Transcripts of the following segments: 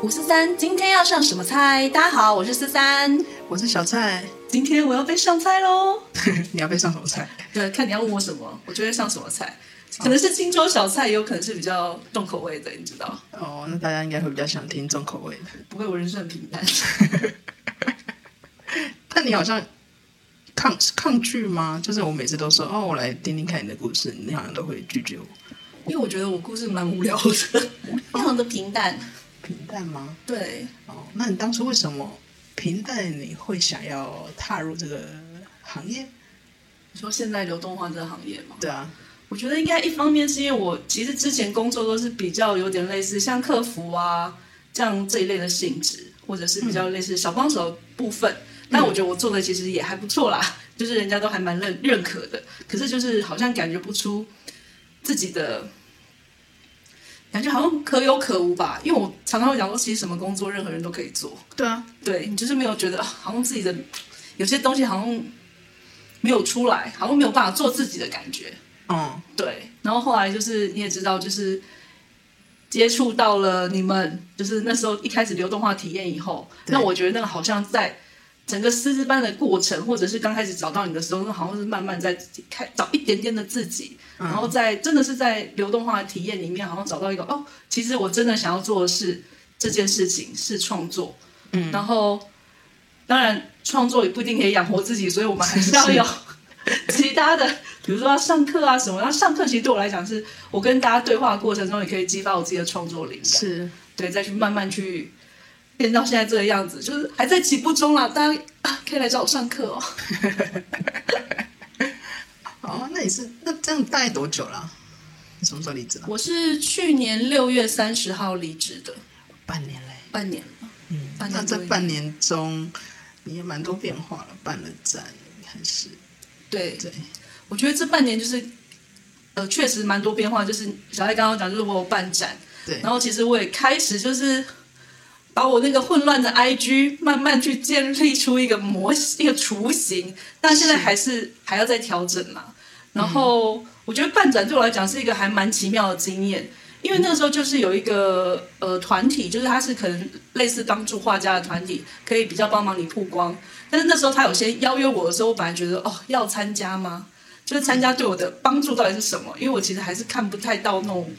胡思三，今天要上什么菜？大家好，我是思三，我是小蔡， 今天我要被上菜喽。你要被上什么菜？对，看你要问我什么，我就会上什么菜，可能是荆州小菜，也有可能是比较重口味的，你知道？哦，那大家应该会比较想听重口味的。不会，我人生很平淡。但你好像抗是抗拒吗？就是我每次都说哦，我来听听看你的故事，你好像都会拒绝我。 因为我觉得我故事蛮无聊的， 非常的平淡。平淡吗？对，哦，那你当初为什么平淡你会想要踏入这个行业？你说现在流动化这个行业嘛，对啊，我觉得应该一方面是因为我其实之前工作都是比较有点类似像客服啊这样这一类的性质，或者是比较类似小帮手的部分。那、我觉得我做的其实也还不错啦，就是人家都还蛮认认可的。可是就是好像感觉不出自己的，感觉好像可有可无吧。因为我常常会讲说，其实什么工作任何人都可以做，对啊，对你就是没有觉得啊好像自己的有些东西好像没有出来，好像没有办法做自己的感觉。哦、对，然后后来就是你也知道，就是接触到了你们，就是那时候一开始流动化体验以后，对那我觉得那个好像在整个师资班的过程，或者是刚开始找到你的时候，那好像是慢慢在开找一点点的自己，嗯然后在真的是在流动化的体验里面，好像找到一个哦，其实我真的想要做的是这件事情是创作，嗯然后当然创作也不一定可以养活自己，所以我们还是要是有其他的，比如说要上课啊什么。那上课其实对我来讲是，我跟大家对话的过程中，也可以激发我自己的创作灵感，是对，再去慢慢去变到现在这个样子，就是还在起步中啦。大家、啊、可以来找我上课哦。哦，那你是那这样大概多久了、你什么时候离职了？我是去年六月三十号离职的，半年嘞。半年了。嗯，半年那多这一点半年中，你也蛮多变化了，办了展还是对，对，我觉得这半年就是，呃，确实蛮多变化。就是小艾刚刚讲，就是我有办展，对然后其实我也开始就是把我那个混乱的 IG 慢慢去建立出一个模型、一个雏形，但现在还是还要再调整嘛。然后我觉得办展对我来讲是一个还蛮奇妙的经验，因为那个时候就是有一个呃团体，就是他是可能类似帮助画家的团体，可以比较帮忙你曝光。但是那时候他有些邀约我的时候，我本来觉得哦要参加吗？就是参加对我的帮助到底是什么？因为我其实还是看不太到那种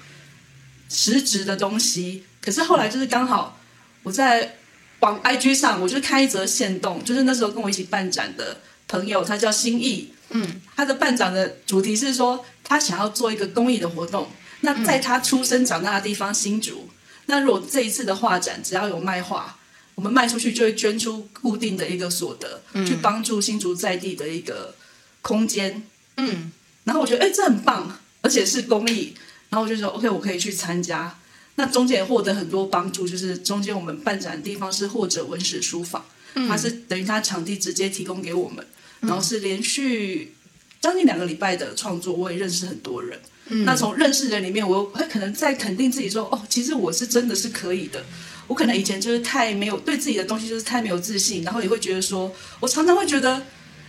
实质的东西。可是后来就是刚好我在往 IG 上，我就看一则线动，就是那时候跟我一起办展的朋友，他叫心意，嗯，他的办展的主题是说他想要做一个公益的活动。那在他出生长大的地方新竹，那如果这一次的画展只要有卖画，我们卖出去就会捐出固定的一个所得，去帮助新竹在地的一个空间。嗯，然后我觉得哎、这很棒，而且是公益，然后我就说 OK，我可以去参加。那中间也获得很多帮助，就是中间我们办展的地方是或者文史书房，嗯它是等于它场地直接提供给我们，然后是连续将近两个礼拜的创作，我也认识很多人。那从认识人里面，我会可能在肯定自己说，哦，其实我是真的是可以的。我可能以前就是太没有对自己的东西就是太没有自信，然后也会觉得说，我常常会觉得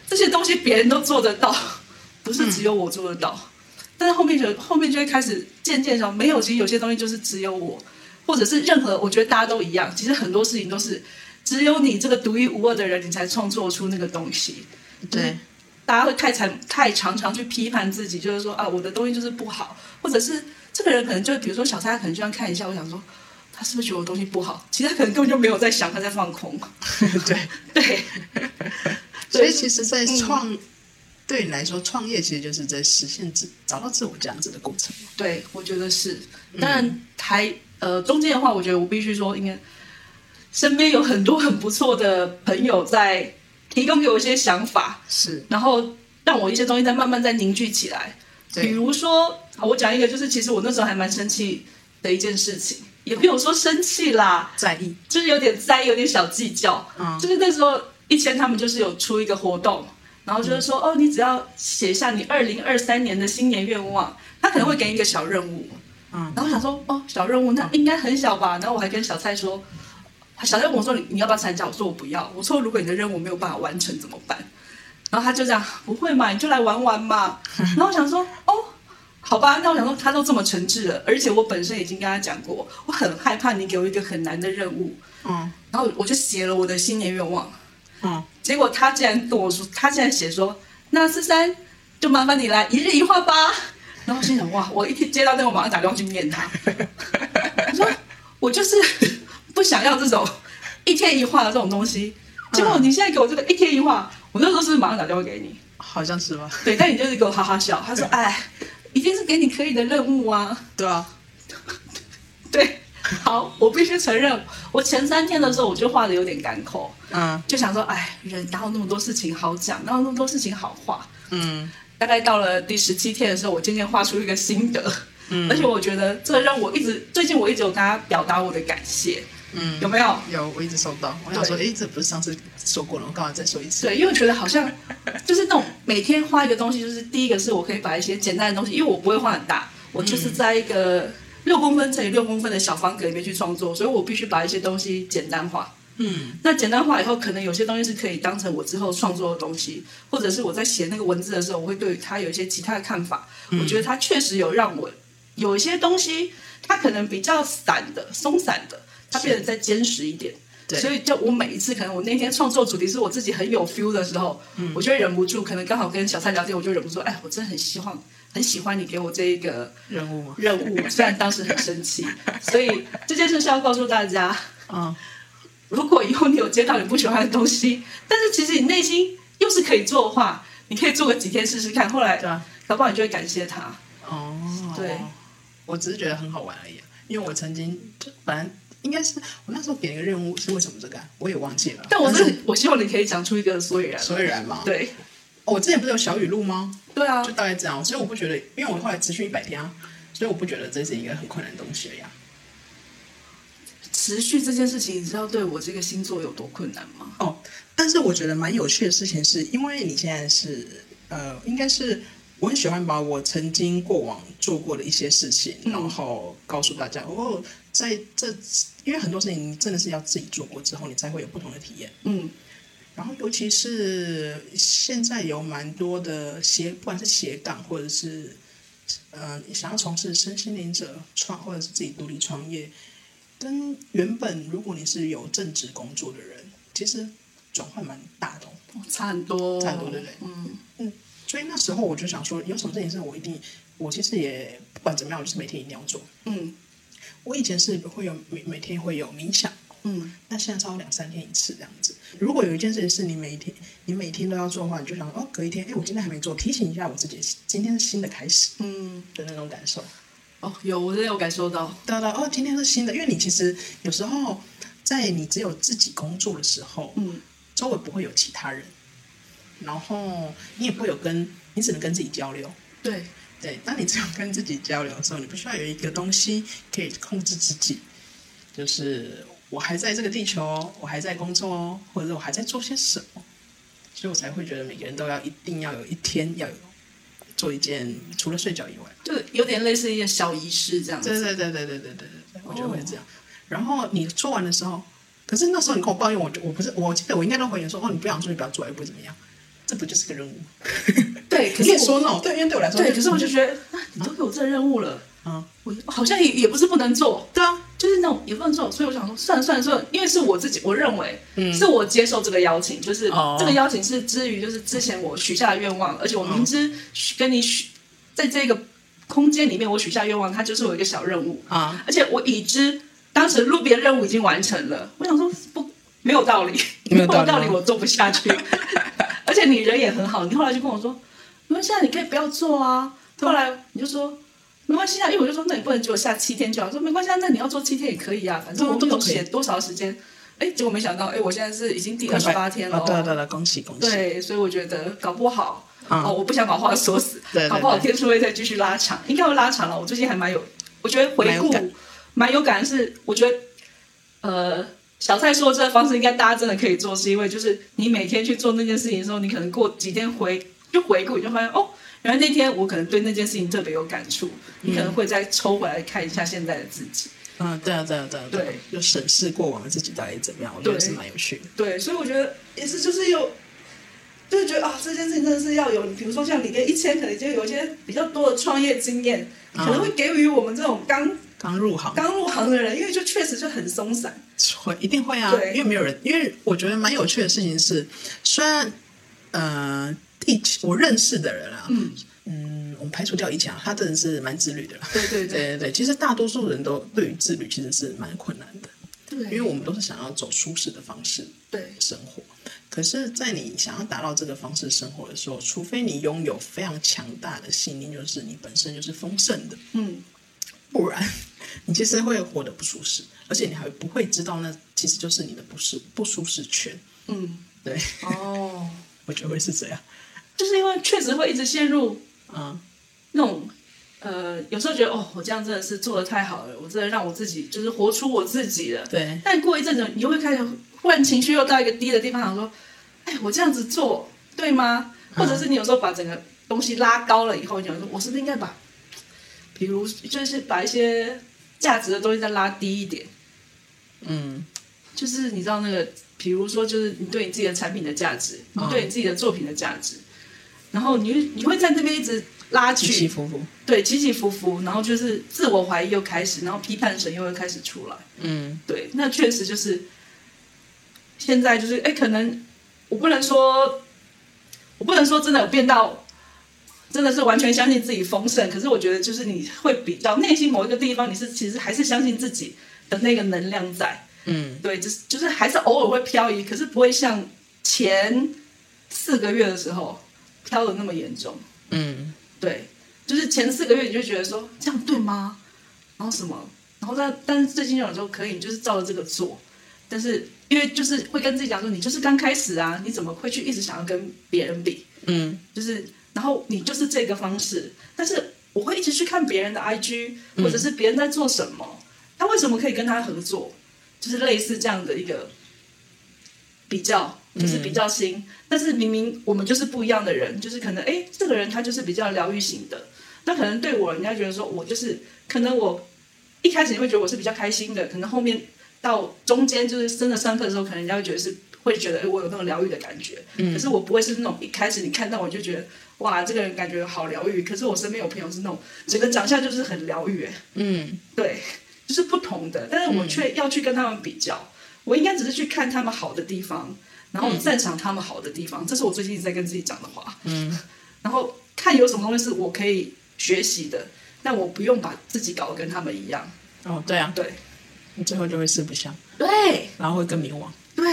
这些东西别人都做得到，不是只有我做得到。但是后面就后面就会开始渐渐想，没有，其实有些东西就是只有我，或者是任何，我觉得大家都一样。其实很多事情都是只有你这个独一无二的人，你才创作出那个东西。对，大家会太常太常常去批判自己，就是说啊，我的东西就是不好，或者是这个人可能就比如说小蔡，他可能就想看一下，我想说他是不是觉得我东西不好？其实他可能根本就没有在想，他在放空。 对，对，所以嗯其实，在创、对你来说，创业其实就是在实现自找到自我价值的过程嘛。对，我觉得是。当然台呃中间的话，我觉得我必须说，应该身边有很多很不错的朋友在提供给我一些想法，是，然后让我一些东西在慢慢在凝聚起来。比对，如说，好我讲一个，就是其实我那时候还蛮生气的一件事情，也没有说生气啦，在意，就是有点在意，有点小计较。嗯就是那时候一千他们就是有出一个活动，然后就是说、哦，你只要写下你二零二三年的新年愿望，他可能会给你一个小任务。嗯然后我想说哦，小任务那应该很小吧？然后我还跟小蔡说，小蔡问我说你你要不要参加？我说我不要。我说如果你的任务没有办法完成怎么办？然后他就这样不会嘛，你就来玩玩嘛。然后我想说哦，好吧，那我想说他都这么诚挚了，而且我本身已经跟他讲过，我很害怕你给我一个很难的任务，嗯然后我就写了我的新年愿望，嗯，结果他竟然跟我说，他竟然写说，那四三就麻烦你来一日一画吧。然后我心想，哇，我一听接到那个，我马上打电话去念他，我说我就是不想要这种一天一画的这种东西。结果你现在给我这个一天一画，我那时候是不是马上打电话给你？好像是吧？对，但你就是给我哈哈笑。他说，哎，一定是给你可以的任务啊。对啊，对，好，我必须承认，我前三天的时候我就画的有点干口。嗯就想说，哎，人哪有那么多事情好讲，哪有那么多事情好画？嗯大概到了第十七天的时候，我渐渐画出一个心得，嗯而且我觉得这让我一直最近我一直有跟他表达我的感谢，嗯，有没有？有，我一直收到。我想说，诶，这不是上次说过了，我干嘛再说一次？对，因为我觉得好像就是那种每天画一个东西，就是第一个是我可以把一些简单的东西，因为我不会画很大，我嗯就是在一个六公分乘以六公分的小方格里面去创作，所以我必须把一些东西简单化。嗯那简单化以后，可能有些东西是可以当成我之后创作的东西，或者是我在写那个文字的时候，我会对它有一些其他的看法。我觉得它确实有让我有一些东西，它可能比较散的、松散的，它变得再坚实一点。对所以就我每一次，可能我那天创作主题是我自己很有 feel 的时候，我就会忍不住，可能刚好跟小蔡聊天，我就忍不住，哎，我真的很希望，很喜欢你给我这一个任务吗？任务。虽然当时很生 气，所以这件事是要告诉大家，嗯，如果以后你有接到你不喜欢的东西，但是其实你内心又是可以做的话，你可以做个几天试试看，后来对啊，搞不好你就会感谢他。哦，对，我只是觉得很好玩而已啊、因为我曾经就反正应该是我那时候给一个任务是为什么这个啊、我也忘记了。但我是是我希望你可以讲出一个所以然。所以然嘛，对哦我之前不是有小语录吗？对啊就，大概这样，所以我不觉得，因为我后来持续一百天啊，所以我不觉得这是一个很困难的东西啊呀、持续这件事情，你知道对我这个星座有多困难吗？哦，但是我觉得蛮有趣的事情是，因为你现在是呃，应该是我很喜欢把我曾经过往做过的一些事情，嗯然后告诉大家。哦，在这，因为很多事情你真的是要自己做过之后，你才会有不同的体验。嗯然后，尤其是现在有蛮多的斜，不管是斜杠或者是，呃，想要从事身心灵者创，或者是自己独立创业，跟原本如果你是有正职工作的人，其实转换蛮大的哦。哦差很多，差很多对不对嗯，所以那时候我就想说，有什么事情是我一定，我其实也不管怎么样，我就是每天一定要做。嗯我以前是会有每每天会有冥想，嗯那现在超过两三天一次这样子。如果有一件事情是你每一天你每天都要做的话，你就想哦，隔一天，哎，我今天还没做，提醒一下我自己，今天是新的开始嗯，的那种感受。哦，有，我真的有感受到，对对，哦，今天是新的，因为你其实有时候在你只有自己工作的时候，嗯周围不会有其他人，然后你也不会有跟，你只能跟自己交流。对，对，当你只有跟自己交流的时候，你必须要有一个东西可以控制自己，就是我还在这个地球哦，我还在工作哦，或者我还在做些什么，所以我才会觉得每个人都要一定要有一天要有做一件除了睡觉以外，就有点类似一个小仪式这样对子。对对对对对对对对，我觉得会这样。哦然后你做完的时候，可是那时候你跟我抱怨，我就我不是，我记得我应该都回你说，哦，你不想做，你不要做，又不会怎么样，这不就是个任务吗？对，可你是我也说 no，对，因为对我来说，对，可是我就觉得，啊你都给我这个任务了。啊，我好像也也不是不能做，对啊，就是那种也不能做，所以我想说，算了算了算了，因为是我自己，我认为、嗯是我接受这个邀请，就是、哦这个邀请是之于就是之前我许下的愿望，而且我明知许跟你许在这个空间里面我许下愿望，它就是我一个小任务，啊，而且我已知当时路边任务已经完成了，我想说不没有道理，没有道理吗道理我做不下 去，而且你人也很好，你后来就跟我说，没关系啊，你可以不要做啊。后来你就说没关系啊，因为我就说那你不能只有下七天就好，说没关系啊，那你要做七天也可以啊，反正我对啊多对啊写多少时间。哎，结果没想到，哎，我现在是已经第二十八天了哦，对啊哦。对啊对啊，恭喜恭喜。对，所以我觉得搞不好，嗯哦，我不想把话说死，对对搞不好对天数会再继续拉长，应该会拉长了。我最近还蛮有，我觉得回蛮有顾感蛮有感的是，我觉得呃，小蔡说这个方式应该大家真的可以做，是因为就是你每天去做那件事情的时候，你可能过几天回就回顾，你就发现哦。原来那天我可能对那件事情特别有感触，你可能会再抽回来看一下现在的自己。嗯，对啊，对啊，对啊，啊对，就审视过往自己到底怎么样，我觉得对是蛮有趣的。对，所以我觉得也是，就是有，就就会觉得啊、这件事情真的是要有，你比如说像你跟一千，可能就有一些比较多的创业经验，嗯可能会给予我们这种刚刚入行刚入行的人，因为就确实就很松散。会一定会啊，对因为没有人，因为我觉得蛮有趣的事情是，虽然呃，一我认识的人啊，嗯，嗯，我们排除掉一家，他真的是蛮自律的啦。对对对对对，其实大多数人都对于自律其实是蛮困难的，因为对我们都是想要走舒适的方式对生活。可是，在你想要达到这个方式生活的时候，除非你拥有非常强大的信念，就是你本身就是丰盛的，嗯，不然你其实会活得不舒适，而且你还不会知道那其实就是你的不适不舒适圈。嗯，对，哦，我觉得会是这样。就是因为确实会一直陷入嗯，那种呃，有时候觉得哦，我这样真的是做的太好了，我真的让我自己就是活出我自己了。对，但过一阵子，你又会开始忽然情绪又到一个低的地方，想说，哎，我这样子做对吗？或者是你有时候把整个东西拉高了以后，你想说，我是不是应该把，比如就是把一些价值的东西再拉低一点？嗯，就是你知道那个，比如说，就是你对你自己的产品的价值，你嗯对你自己的作品的价值，然后你你会在那边一直拉起起去，伏伏。对，起起伏伏，然后就是自我怀疑又开始，然后批判神又会开始出来，嗯对，那确实就是现在就是哎，可能我不能说，我不能说真的有变到。真的是完全相信自己丰盛，可是我觉得就是你会比较内心某一个地方，你是其实还是相信自己的那个能量在，嗯，对，就是就是还是偶尔会漂移，可是不会像前四个月的时候飘的那么严重。嗯，对，就是前四个月你就觉得说这样对吗？然后什么？然后但但是最近有时候可以，你就是照着这个做，但是因为就是会跟自己讲说，你就是刚开始啊，你怎么会去一直想要跟别人比？嗯，就是然后你就是这个方式，但是我会一直去看别人的 IG，或者是别人在做什么，他为什么可以跟他合作，就是类似这样的一个比较，就是比较新，但是明明我们就是不一样的人，就是可能哎，诶这个人他就是比较疗愈型的，那可能对我，人家觉得说我就是可能我一开始你会觉得我是比较开心的，可能后面到中间就是真的上课的时候，可能人家会觉得是会觉得，哎，我有那种疗愈的感觉。可是我不会是那种一开始你看到我就觉得，哇，这个人感觉好疗愈。可是我身边有朋友是那种整个长相就是很疗愈，哎嗯，对，就是不同的。但是我却要去跟他们比较，我应该只是去看他们好的地方，然后赞赏他们好的地方。这是我最近一直在跟自己讲的话。嗯， 然后看有什么东西是我可以学习的，但我不用把自己搞得跟他们一样。哦，对啊，对，你最后就会四不像，对，然后会更迷惘。 对，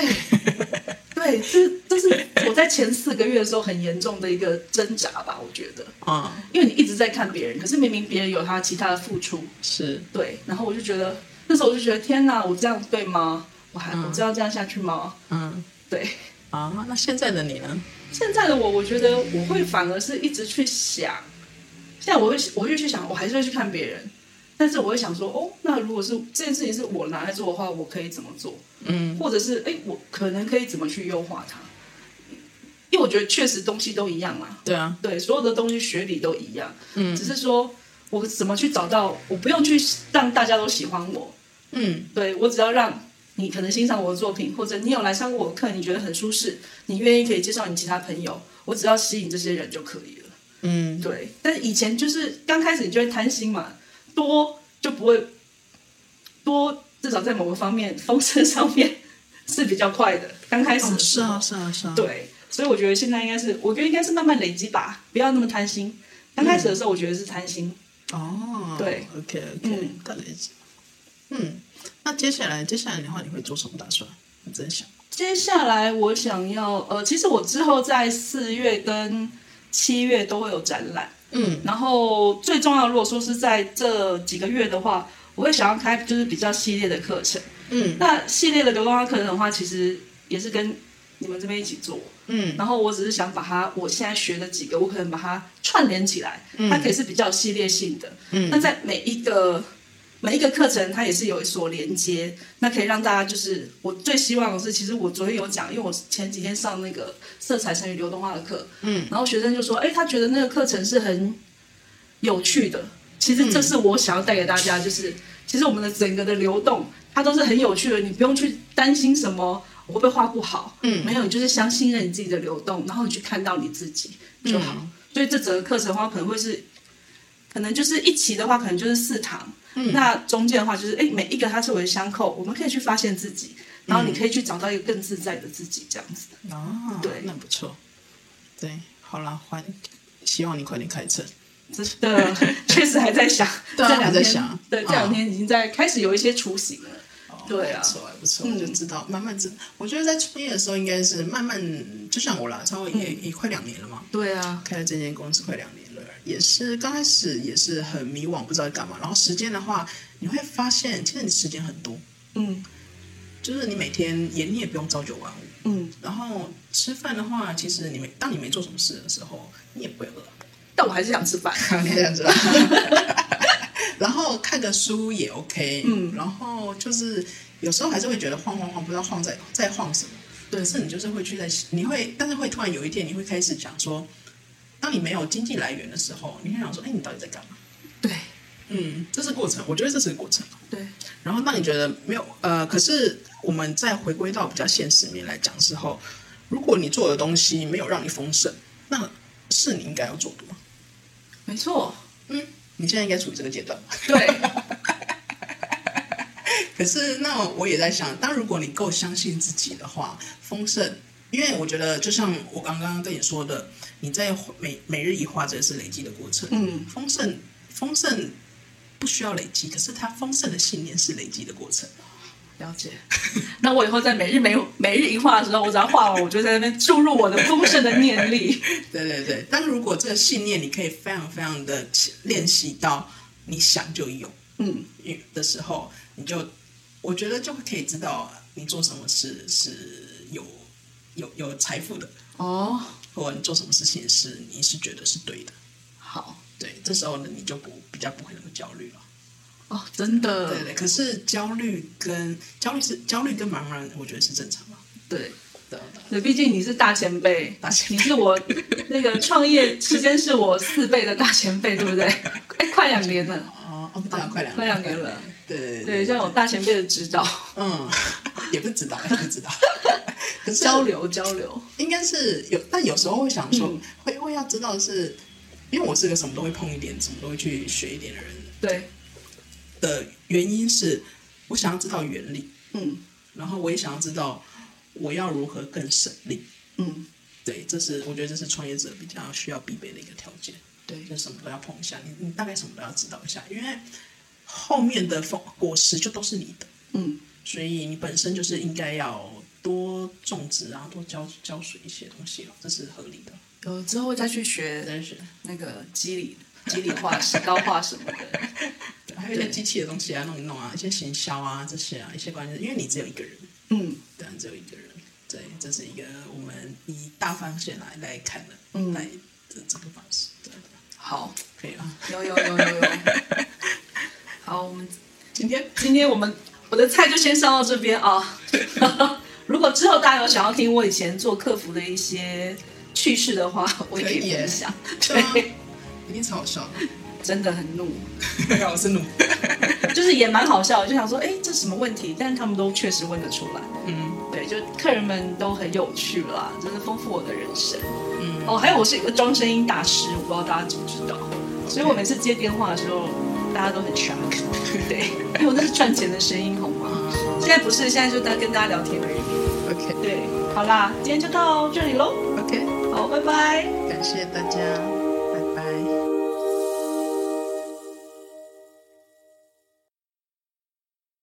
对，这这是我在前四个月的时候很严重的一个挣扎吧，我觉得，啊、因为你一直在看别人，可是明明别人有他其他的付出，是，对，然后我就觉得那时候我就觉得天哪，我这样对吗？我还我这样这样下去吗？嗯，对，啊，那现在的你呢？现在的我，我觉得我会反而是一直去想，现在我会我会去想，我还是会去看别人，但是我会想说，哦，那如果是这件事情是我拿来做的话，我可以怎么做？嗯或者是哎，诶我可能可以怎么去优化它？因为我觉得确实东西都一样嘛，对啊，对，所有的东西学理都一样，嗯只是说我怎么去找到，我不用去让大家都喜欢我，嗯对我只要让你可能欣赏我的作品，或者你有来上过我的课，你觉得很舒适，你愿意可以介绍你其他朋友，我只要吸引这些人就可以了。嗯，对，但是以前就是刚开始你就会贪心嘛，多就不会多，至少在某个方面丰盛上面是比较快的。刚开始、哦，是啊，，是啊，是啊，，对，所以我觉得现在应该是，我觉得应该是慢慢累积吧，不要那么贪心。刚开始的时候，我觉得是贪心，哦，对，OK OK，、嗯大概是，嗯，那接下来接下来的话，你会做什么打算？你真想，接下来我想要，呃，其实我之后在四月跟七月都会有展览，嗯然后最重要，如果说是在这几个月的话，我会想要开就是比较系列的课程。嗯那系列的流动化课程的话，其实也是跟你们这边一起做，嗯然后我只是想把它我现在学的几个，我可能把它串联起来，它可以是比较有系列性的。嗯那在每一个每一个课程，它也是有所连接，那可以让大家就是我最希望的是，其实我昨天有讲，因为我前几天上那个色彩成语流动化的课，嗯，然后学生就说，哎，他觉得那个课程是很有趣的。其嗯实这是我想要带给大家，就是其实我们的整个的流动，它都是很有趣的，你不用去担心什么我会不会画不好？嗯没有，你就是相信任你自己的流动，然后你去看到你自己就好。嗯所以这整个课程的话，可能会是，可能就是一期的话，可能就是四堂。嗯那中间的话，就是哎，每一个它是我的相扣，我们可以去发现自己，然后你可以去找到一个更自在的自己，这样子。啊，嗯对那不错。对，好啦，欢，希望你快点开车。真的，确实还在嗯想，对啊这两还在天想 对，这两天已经在开始有一些雏形了。对啊哦还不错，还不错，嗯就知道慢慢知。我觉得在创业的时候，应该是慢慢，就像我啦，差不多也、嗯也快两年了嘛，对啊，开了这间公司快两年了，也是刚开始也是很迷惘，不知道在干嘛。然后时间的话，你会发现，其实你时间很多，嗯就是你每天也你也不用朝九晚五。嗯，然后吃饭的话，其实你没当你没做什么事的时候，你也不会饿。但我还是想吃饭。你这样子吧。 然后看个书也 OK，嗯然后就是有时候还是会觉得晃晃晃，不知道晃在在晃什么。 对可是你就是会去在，你会，但是会突然有一天，你会开始想说，当你没有经济来源的时候，你会想说，哎，你到底在干嘛？对嗯，这是过程，我觉得这是个过程。对，然后当你觉得没有，呃，可是我们再回归到比较现实面来讲之后，如果你做的东西没有让你丰盛，那是你应该要做的吗？没错，嗯，你现在应该处于这个阶段。 对， 可是，那我也在想，当如果你够相信自己的话，丰盛，因为我觉得就像我刚刚跟你说的，你在每每日一化，这是累积的过程。嗯，丰盛，丰盛不需要累积，可是它丰盛的信念是累积的过程。了解。那我以后在每日每每日一画的时候，我只要画完，我就在那边注入我的丰盛的念力。对对对，但如果这个信念你可以非常非常的练习到你想就有嗯，的时候，你就我觉得就可以知道你做什么事是有有有财富的。哦，或者你做什么事情是你是觉得是对的，好，对，这时候呢你就不比较不会那么焦虑了。哦，真对的，对，可是焦虑跟焦虑是焦虑跟茫然，我觉得是正常的。对对啊对，毕竟你是大前辈，大前你辈是我那个创业期间是我四倍的大前辈，对不 对？哎，快两年了，哦，哦，对啊，快两快两年了，对对对，像我大前辈的指导，嗯， 也不知道，也不知道。 可是交流交流，应该是有，但有时候会想说，嗯会会要知道的是，因为我是个什么都会碰一点，什么都会去学一点的人对，的原因是，我想要知道原理，嗯然后我也想要知道我要如何更省力。嗯，对，这是我觉得这是创业者比较需要必备的一个条件，对就什么都要碰一下，你你大概什么都要知道一下，因为后面的丰果实就都是你的，嗯，所以你本身就是应该要多种植啊，多浇浇水一些东西了，啊这是合理的。有之后再去学但是那个肌理、肌理化、石膏化什么的，对还有一些机器的东西啊，弄一弄啊，一些行销啊这些啊，一些关键，因为你只有一个人，嗯对啊，只有一个人，对，这是一个我们以大方向来来看的，嗯来的这个方式，对，好，可以了。有有有 有有，好，我们今天今天我们我的菜就先上到这边啊。 如果之后大家有想要听我以前做客服的一些趣事的 话，我也可以分享。 对啊 对，一定超好 笑的。真的很怒，啊我是努，就是也蛮好笑的，就想说，哎，这什么问题？但是他们都确实问得出来。嗯对，就客人们都很有趣啦，真的丰富我的人生。嗯，哦，还有我是一个装声音大师，我不知道大家知不知道，所以我每次接电话的时候，大家都很 shock，对，因为我那是赚钱的声音，好吗？现在不是，现在就在跟大家聊天而已。 OK 对，好啦，今天就到这里喽， OK，好，拜拜。感谢大家。